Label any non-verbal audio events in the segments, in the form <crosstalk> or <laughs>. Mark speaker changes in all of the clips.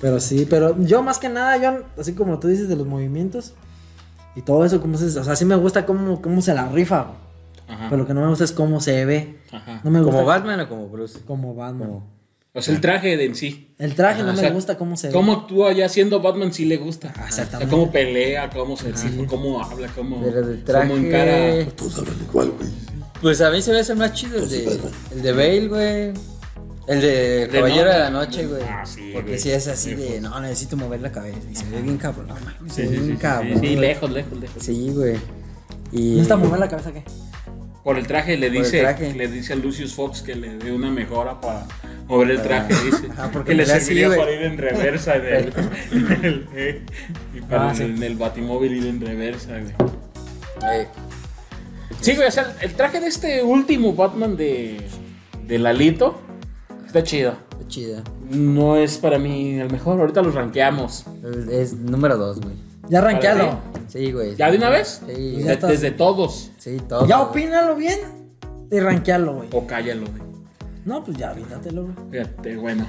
Speaker 1: Pero sí, pero yo más que nada, yo, así como tú dices de los movimientos y todo eso, como se, o sea, sí me gusta cómo, cómo se la rifa, güey.
Speaker 2: Ajá.
Speaker 1: Pero lo que no me gusta es cómo se ve.
Speaker 2: Ajá.
Speaker 1: No me gusta.
Speaker 3: ¿Como Batman o como Bruce?
Speaker 1: Como Batman.
Speaker 2: O sea, el traje de en sí.
Speaker 1: El traje
Speaker 2: Ajá,
Speaker 1: no
Speaker 2: o
Speaker 1: me
Speaker 2: sea,
Speaker 1: gusta cómo se
Speaker 2: Cómo actúa ya siendo Batman sí le gusta.
Speaker 1: Ah,
Speaker 2: O sea,
Speaker 1: exactamente.
Speaker 2: cómo pelea, cómo se cómo habla, cómo,
Speaker 3: Pero de
Speaker 2: cómo encara.
Speaker 3: traje.
Speaker 4: Todos hablan igual, güey.
Speaker 3: Pues a mí se me hace más chido el de, el de Bale, güey. El de Caballero de la Noche, güey.
Speaker 2: Ah, sí,
Speaker 3: Porque
Speaker 2: güey.
Speaker 3: si es así
Speaker 2: Lejos.
Speaker 1: Eh,
Speaker 3: de, no, necesito mover la cabeza. Y se ve bien cabrón. No, mames,
Speaker 2: Sí,
Speaker 3: se ve
Speaker 2: sí, sí, sí,
Speaker 3: bien cabrón.
Speaker 2: sí, sí,
Speaker 3: güey.
Speaker 2: lejos, lejos, lejos.
Speaker 3: Sí, güey. Y...
Speaker 1: ve. ¿No está mover la cabeza qué?
Speaker 2: Por el traje le
Speaker 3: Por el
Speaker 2: dice,
Speaker 3: traje.
Speaker 2: le dice a Lucius Fox que le dé una mejora para mover el
Speaker 3: Para-
Speaker 2: traje,
Speaker 3: <laughs>
Speaker 2: dice.
Speaker 3: Ajá, Ah. porque
Speaker 2: que le
Speaker 3: pelea así,
Speaker 2: serviría
Speaker 3: güey.
Speaker 2: para ir en reversa en <laughs>
Speaker 3: <laughs>
Speaker 2: el, en el- eh, y para
Speaker 1: Ah,
Speaker 2: en,
Speaker 1: sí.
Speaker 2: el- en el batimóvil ir en reversa, güey.
Speaker 3: Eh,
Speaker 2: Sí, güey, o sea, el traje de este último Batman de, de Lalito está chido.
Speaker 3: está chida.
Speaker 2: No es para mí el mejor, ahorita los ranqueamos.
Speaker 3: El- Es número dos, güey.
Speaker 1: Ya ranquealo.
Speaker 3: Sí, güey.
Speaker 2: ¿Ya de una vez?
Speaker 3: Sí,
Speaker 2: De-
Speaker 1: Ya está.
Speaker 2: desde todos.
Speaker 3: sí, todo.
Speaker 1: Ya
Speaker 3: güey.
Speaker 1: opínalo bien y ranquealo, güey.
Speaker 2: O cállalo, güey.
Speaker 1: No, pues ya avíntatelo, güey.
Speaker 2: Fíjate, bueno.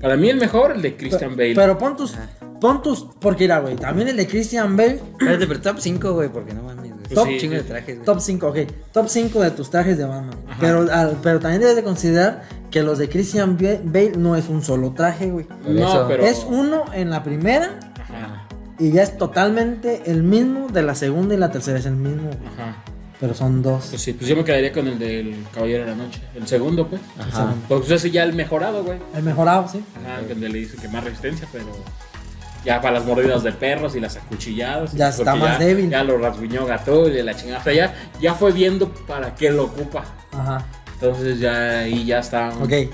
Speaker 2: Para mí el mejor, el de Christian Bale.
Speaker 1: Pero pon tus. Pon tus. Porque era, güey. También el de Christian Bale.
Speaker 3: Espérate, pero top 5, güey, porque no mames. güey.
Speaker 2: Pues
Speaker 3: top
Speaker 2: sí,
Speaker 3: chingo
Speaker 2: sí.
Speaker 3: de trajes, güey.
Speaker 1: Top 5, ok. Top 5 de tus trajes de Batman. Pero, al- pero también debes de considerar que los de Christian Ba- Bale no es un solo traje, güey.
Speaker 3: Por
Speaker 2: no,
Speaker 3: eso.
Speaker 2: pero.
Speaker 1: Es uno en la primera
Speaker 2: Ajá,
Speaker 1: y ya es totalmente el mismo. De la segunda y la tercera es el mismo, güey.
Speaker 2: ajá.
Speaker 1: Pero son dos.
Speaker 2: Pues sí, pues yo me quedaría con el del Caballero de la Noche. El segundo, pues.
Speaker 3: Ajá.
Speaker 2: Porque pues ese ya el mejorado, güey.
Speaker 1: El mejorado, sí.
Speaker 2: Ajá, el que le dice que más resistencia, pero. Ya para las mordidas de perros y las acuchilladas.
Speaker 1: Ya está
Speaker 2: porque
Speaker 1: más débil.
Speaker 2: Ya lo rasguñó Gatul y la chingada. O sea, ya, ya fue viendo para qué lo ocupa.
Speaker 1: Ajá.
Speaker 2: Entonces ya ahí ya está.
Speaker 1: Ok.
Speaker 3: Ey,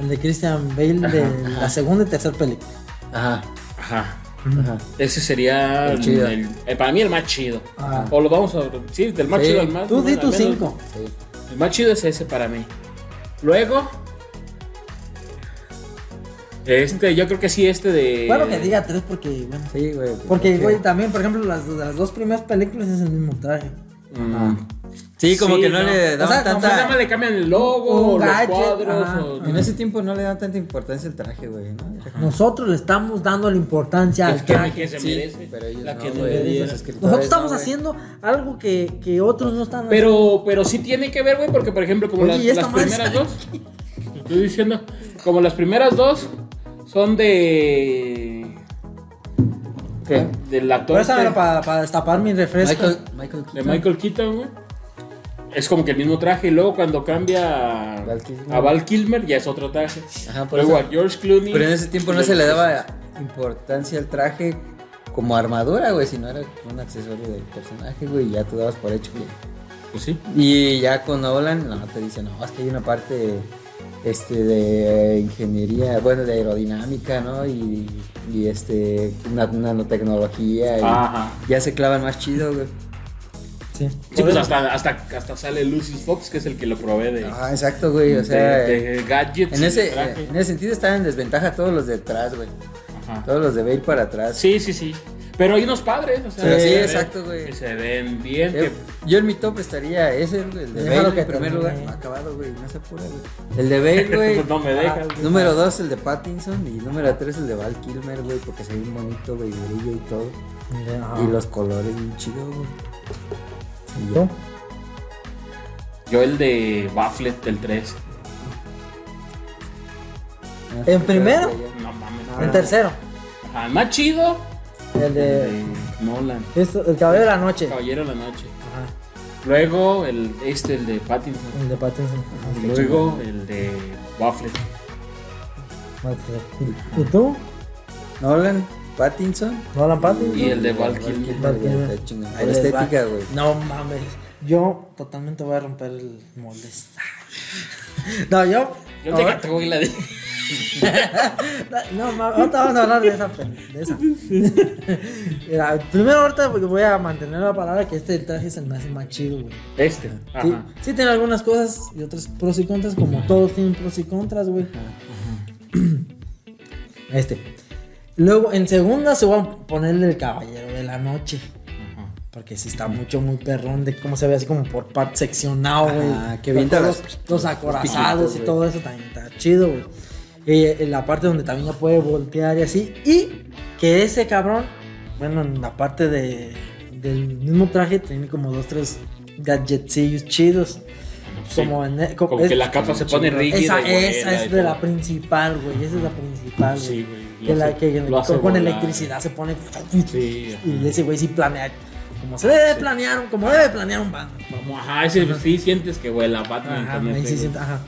Speaker 1: El de Christian Bale de la segunda y tercera película.
Speaker 3: Ajá.
Speaker 2: Ajá.
Speaker 3: Ajá.
Speaker 2: Ese sería
Speaker 3: El chido.
Speaker 2: el- el- para mí el más chido.
Speaker 1: Ajá.
Speaker 2: O lo vamos a. Sí, del más
Speaker 3: Sí.
Speaker 2: chido al más.
Speaker 1: Ah. Tú di
Speaker 2: al
Speaker 1: tus
Speaker 2: menos-
Speaker 1: 5.
Speaker 3: Sí.
Speaker 2: El más chido es ese para mí. Luego. Este, yo creo que sí, este de.
Speaker 1: Bueno, que diga 3 porque, bueno.
Speaker 3: Sí, güey.
Speaker 1: Porque,
Speaker 3: sí.
Speaker 1: güey, también, por ejemplo, las, las dos primeras películas es el mismo traje.
Speaker 2: Mm.
Speaker 3: Ah. Sí, como
Speaker 2: Sí,
Speaker 3: que no,
Speaker 2: no.
Speaker 3: le
Speaker 1: O sea,
Speaker 3: daban
Speaker 2: Como que nada más
Speaker 3: tanta.
Speaker 2: le cambian el logo,
Speaker 1: Un
Speaker 2: o los
Speaker 1: gadget,
Speaker 2: cuadros.
Speaker 1: ajá.
Speaker 2: o-
Speaker 3: En ese tiempo no le daban tanta importancia al traje, güey, ¿no?
Speaker 1: Nosotros le estamos dando la importancia
Speaker 2: Es
Speaker 1: al
Speaker 2: que la
Speaker 1: traje.
Speaker 2: que Pues se
Speaker 3: sí,
Speaker 2: merece.
Speaker 3: pero ellos
Speaker 2: la
Speaker 3: no,
Speaker 2: que se
Speaker 3: güey,
Speaker 2: merece.
Speaker 3: ellos escri-
Speaker 1: Nosotros estamos
Speaker 3: No, güey.
Speaker 1: haciendo algo que, que otros no están haciendo.
Speaker 2: Pero, pero sí tiene que ver, güey, porque por ejemplo, como
Speaker 1: Oye,
Speaker 2: las,
Speaker 1: ¿y esta
Speaker 2: las
Speaker 1: madre
Speaker 2: primeras
Speaker 1: sale
Speaker 2: dos, te estoy diciendo, como las primeras dos son de. ¿Qué? Del actor.
Speaker 1: Pero esa era
Speaker 2: este,
Speaker 1: para, para destapar mi refresco.
Speaker 3: Michael, Michael
Speaker 2: de
Speaker 3: Keaton.
Speaker 2: Michael Keaton, güey. Es como que el mismo traje. Y luego cuando cambia a-
Speaker 3: Val Kilmer.
Speaker 2: a Val Kilmer, ya es otro traje.
Speaker 3: Ajá, por
Speaker 2: Luego
Speaker 3: eso.
Speaker 2: a George Clooney.
Speaker 3: Pero en ese tiempo no
Speaker 2: Y
Speaker 3: se le
Speaker 2: luego-
Speaker 3: daba importancia al traje como armadura, güey, sino era un accesorio del personaje, güey, y ya tú dabas por hecho, güey.
Speaker 2: Pues sí.
Speaker 3: Y ya con Nolan, no, te dice, no, es que hay una parte este, de ingeniería, bueno, de aerodinámica, ¿no? Y, y este, una, nanotecnología. y
Speaker 2: Ajá.
Speaker 3: Ya se clavan más chido, güey.
Speaker 1: Sí.
Speaker 2: Sí, pues hasta, hasta, hasta sale Lucius Fox, que es el que lo provee de,
Speaker 3: Ah, exacto, güey, o
Speaker 2: de-
Speaker 3: sea... eh,
Speaker 2: de gadgets. y
Speaker 3: En
Speaker 2: de
Speaker 3: ese,
Speaker 2: trajes.
Speaker 3: en ese sentido estaban en desventaja todos los de atrás, güey.
Speaker 2: Ajá.
Speaker 3: Todos los de Bale para atrás.
Speaker 2: Sí, sí, sí. Pero hay unos padres, o sea,
Speaker 3: Sí,
Speaker 2: que se ven-
Speaker 3: exacto, güey.
Speaker 2: Que se ven bien.
Speaker 3: Yo,
Speaker 2: que-
Speaker 3: Eh, yo en mi top estaría ese, güey, el de
Speaker 1: Déjalo
Speaker 3: Bale
Speaker 1: que
Speaker 3: en primer
Speaker 1: termine.
Speaker 3: lugar. No, acabado, güey, no se apura, güey. El de Bale, güey.
Speaker 2: Pues <laughs> no me dejas, güey.
Speaker 3: Número dos, el de Pattinson. Y número tres, el de Val Kilmer, güey, porque se ve bien bonito, güey, brillo y todo.
Speaker 1: Mira,
Speaker 3: Y los colores bien chidos, güey. Y ya.
Speaker 1: Ah. ¿Tú?
Speaker 2: Yo el de Bafflet del 3.
Speaker 3: Ah,
Speaker 1: ¿En
Speaker 3: sí,
Speaker 1: primero?
Speaker 3: güey, ya.
Speaker 2: pues, No mames.
Speaker 1: Ah.
Speaker 3: Ah.
Speaker 1: El tercero.
Speaker 2: Ajá, el más chido.
Speaker 1: El de.
Speaker 2: de Nolan.
Speaker 1: esto, el cabello de la noche.
Speaker 2: Caballero de la Noche.
Speaker 1: Ajá.
Speaker 2: Luego el este, el de Pattinson.
Speaker 1: El de Pattinson.
Speaker 2: Y luego el de Bafflet.
Speaker 1: ¿Y tú?
Speaker 3: Nolan, Pattinson.
Speaker 1: ¿Nolan Pattinson?
Speaker 2: Y el de
Speaker 3: Val
Speaker 2: Val Kilmer.
Speaker 3: Kilmer, güey,
Speaker 1: Val
Speaker 3: está chingón.
Speaker 1: Ahí
Speaker 3: Por
Speaker 1: Pues les va.
Speaker 3: estética, güey.
Speaker 1: No mames. Yo totalmente voy a romper el molde. <laughs> No, yo.
Speaker 2: Yo
Speaker 1: ahora-
Speaker 2: te cago y la de.
Speaker 1: No, ma- ahorita vamos a hablar de esa. pel- De esa. Mira, primero, ahorita voy a mantener la palabra que este traje se me hace más chido, güey.
Speaker 2: Este.
Speaker 1: Sí,
Speaker 2: Ajá.
Speaker 1: sí tiene algunas cosas y otras pros y contras, como todos tienen pros y contras, güey. <clears throat> Este. Luego, en segunda se va a ponerle el caballero de la noche.
Speaker 2: Ajá.
Speaker 1: Porque sí está mucho, muy perrón de cómo se ve así como por parte seccionado, güey.
Speaker 3: Ah, que avienta
Speaker 1: Todos
Speaker 3: las-
Speaker 1: los, los acorazados
Speaker 3: piquitos,
Speaker 1: y
Speaker 3: güey.
Speaker 1: todo eso también está chido, güey. eh, en la parte donde también ya puede voltear y así. Y que ese cabrón, bueno, en la parte de, del mismo traje tiene como dos, tres gadgetcillos chidos.
Speaker 2: pues Sí.
Speaker 1: Como, en, eh,
Speaker 2: Como que la capa se pone
Speaker 1: chingón. Esa,
Speaker 2: rígida y vuela
Speaker 1: esa
Speaker 2: y
Speaker 1: es de la
Speaker 2: todo.
Speaker 1: principal, güey. Esa es la principal, güey.
Speaker 2: Sí, güey.
Speaker 1: que
Speaker 2: lo
Speaker 1: la,
Speaker 2: hace-
Speaker 1: que
Speaker 2: lo hace
Speaker 1: con
Speaker 2: volar.
Speaker 1: electricidad se pone.
Speaker 2: Sí. ajá.
Speaker 1: Y ese güey sí planea. Como se debe
Speaker 2: Sí.
Speaker 1: planear, como debe planear un bando.
Speaker 2: Como, ajá, ese sí sientes que huele a
Speaker 3: Ah,
Speaker 2: Batman.
Speaker 1: Ajá,
Speaker 2: con
Speaker 1: ahí
Speaker 2: ese,
Speaker 1: sí
Speaker 2: güey.
Speaker 1: siento- ajá.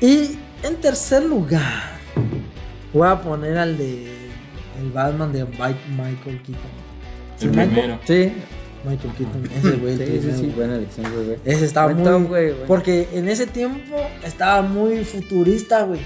Speaker 1: Y en tercer lugar, voy a poner al de. El Batman de Mike- Michael Keaton.
Speaker 2: El
Speaker 1: Michael?
Speaker 2: primero.
Speaker 3: Sí,
Speaker 1: Michael
Speaker 3: <laughs>
Speaker 1: Keaton, ese güey. el
Speaker 3: sí, sí,
Speaker 1: primero,
Speaker 3: sí.
Speaker 1: güey.
Speaker 3: Buena elección, güey, güey.
Speaker 1: Ese estaba
Speaker 3: Buen
Speaker 1: muy.
Speaker 3: top, güey, güey.
Speaker 1: Porque en ese tiempo estaba muy futurista, güey.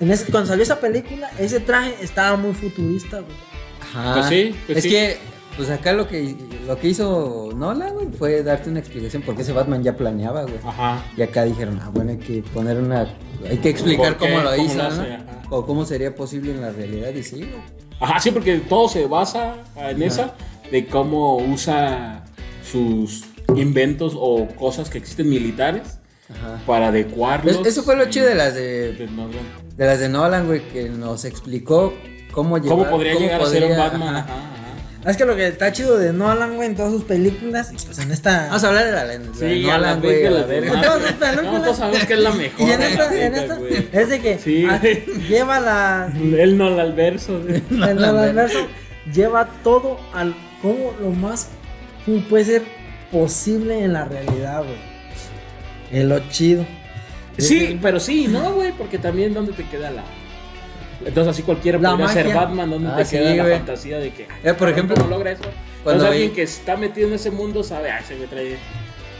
Speaker 1: En ese, cuando salió esa película, ese traje estaba muy futurista, güey.
Speaker 3: Ajá.
Speaker 2: Pues sí, pues
Speaker 3: es
Speaker 2: sí.
Speaker 3: que, pues acá lo que, lo que hizo Nolan, güey, fue darte una explicación porque ese Batman ya planeaba, güey.
Speaker 2: Ajá.
Speaker 3: Y acá dijeron, ah, bueno, hay que poner una. Hay que explicar
Speaker 2: ¿Por qué?
Speaker 3: cómo lo
Speaker 2: ¿Cómo
Speaker 3: hizo,
Speaker 2: lo
Speaker 3: ¿no?
Speaker 2: hace? Ajá.
Speaker 3: O cómo sería posible en la realidad, y sí, güey.
Speaker 2: Ajá, sí, porque todo se basa en esa de cómo usa sus inventos o cosas que existen militares
Speaker 3: Ajá.
Speaker 2: para adecuarlos.
Speaker 3: Es- eso fue lo
Speaker 2: y-
Speaker 3: chido de las de,
Speaker 2: Pues de Nolan.
Speaker 3: de las de Nolan, güey, que nos explicó cómo llegar.
Speaker 2: ¿Cómo podría llegar a ser un
Speaker 3: podría-
Speaker 2: Batman?
Speaker 3: ajá.
Speaker 2: Ajá, ajá.
Speaker 1: Es que lo que está chido de Nolan, güey, en todas sus películas, y pues en esta.
Speaker 3: Vamos a hablar de la, de la
Speaker 2: Sí, a la
Speaker 3: Nolan, güey.
Speaker 2: vez de
Speaker 3: a la
Speaker 2: la
Speaker 3: verga.
Speaker 2: verga.
Speaker 1: Todas las películas.
Speaker 2: No, pues, todos sabemos que es la mejor.
Speaker 1: y en
Speaker 2: la
Speaker 1: esta, en
Speaker 2: neta,
Speaker 1: esta,
Speaker 2: güey.
Speaker 1: es de que
Speaker 2: Sí,
Speaker 1: ah,
Speaker 2: güey.
Speaker 1: lleva la.
Speaker 2: El no al verso. güey.
Speaker 1: el
Speaker 3: <laughs> la verga.
Speaker 1: Nolanverso lleva todo al. como lo más fu- puede ser posible en la realidad, güey. Es lo chido.
Speaker 2: Sí, pero sí, ¿no, güey? Porque también, ¿dónde te queda la.? Entonces, así cualquiera
Speaker 1: La
Speaker 2: podría ser
Speaker 1: magia.
Speaker 2: Batman, ¿dónde
Speaker 3: Ah,
Speaker 2: te
Speaker 3: sí,
Speaker 2: queda la
Speaker 3: güey.
Speaker 2: fantasía de que.
Speaker 3: Eh, por ejemplo,
Speaker 2: ¿Cómo logra eso?
Speaker 3: cuando
Speaker 2: Entonces, alguien
Speaker 3: vi-
Speaker 2: que está metido en ese mundo sabe, ah, se me trae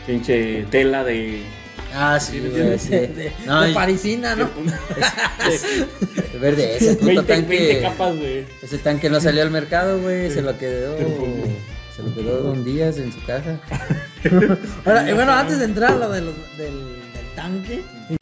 Speaker 2: pinche tela
Speaker 3: <laughs>
Speaker 2: de.
Speaker 3: Ah, sí,
Speaker 2: Sí,
Speaker 3: güey.
Speaker 1: De,
Speaker 3: Sí.
Speaker 1: de-
Speaker 3: No,
Speaker 1: de
Speaker 3: y-
Speaker 1: parisina, ¿no?
Speaker 3: de verde, ese puto
Speaker 2: 20,
Speaker 3: tanque.
Speaker 2: 20 capas de.
Speaker 3: Ese tanque no salió al mercado, güey. Se lo quedó. Se lo quedó Don Díaz en su casa.
Speaker 1: Ahora, y bueno, antes de entrar a lo de los- del, del tanque,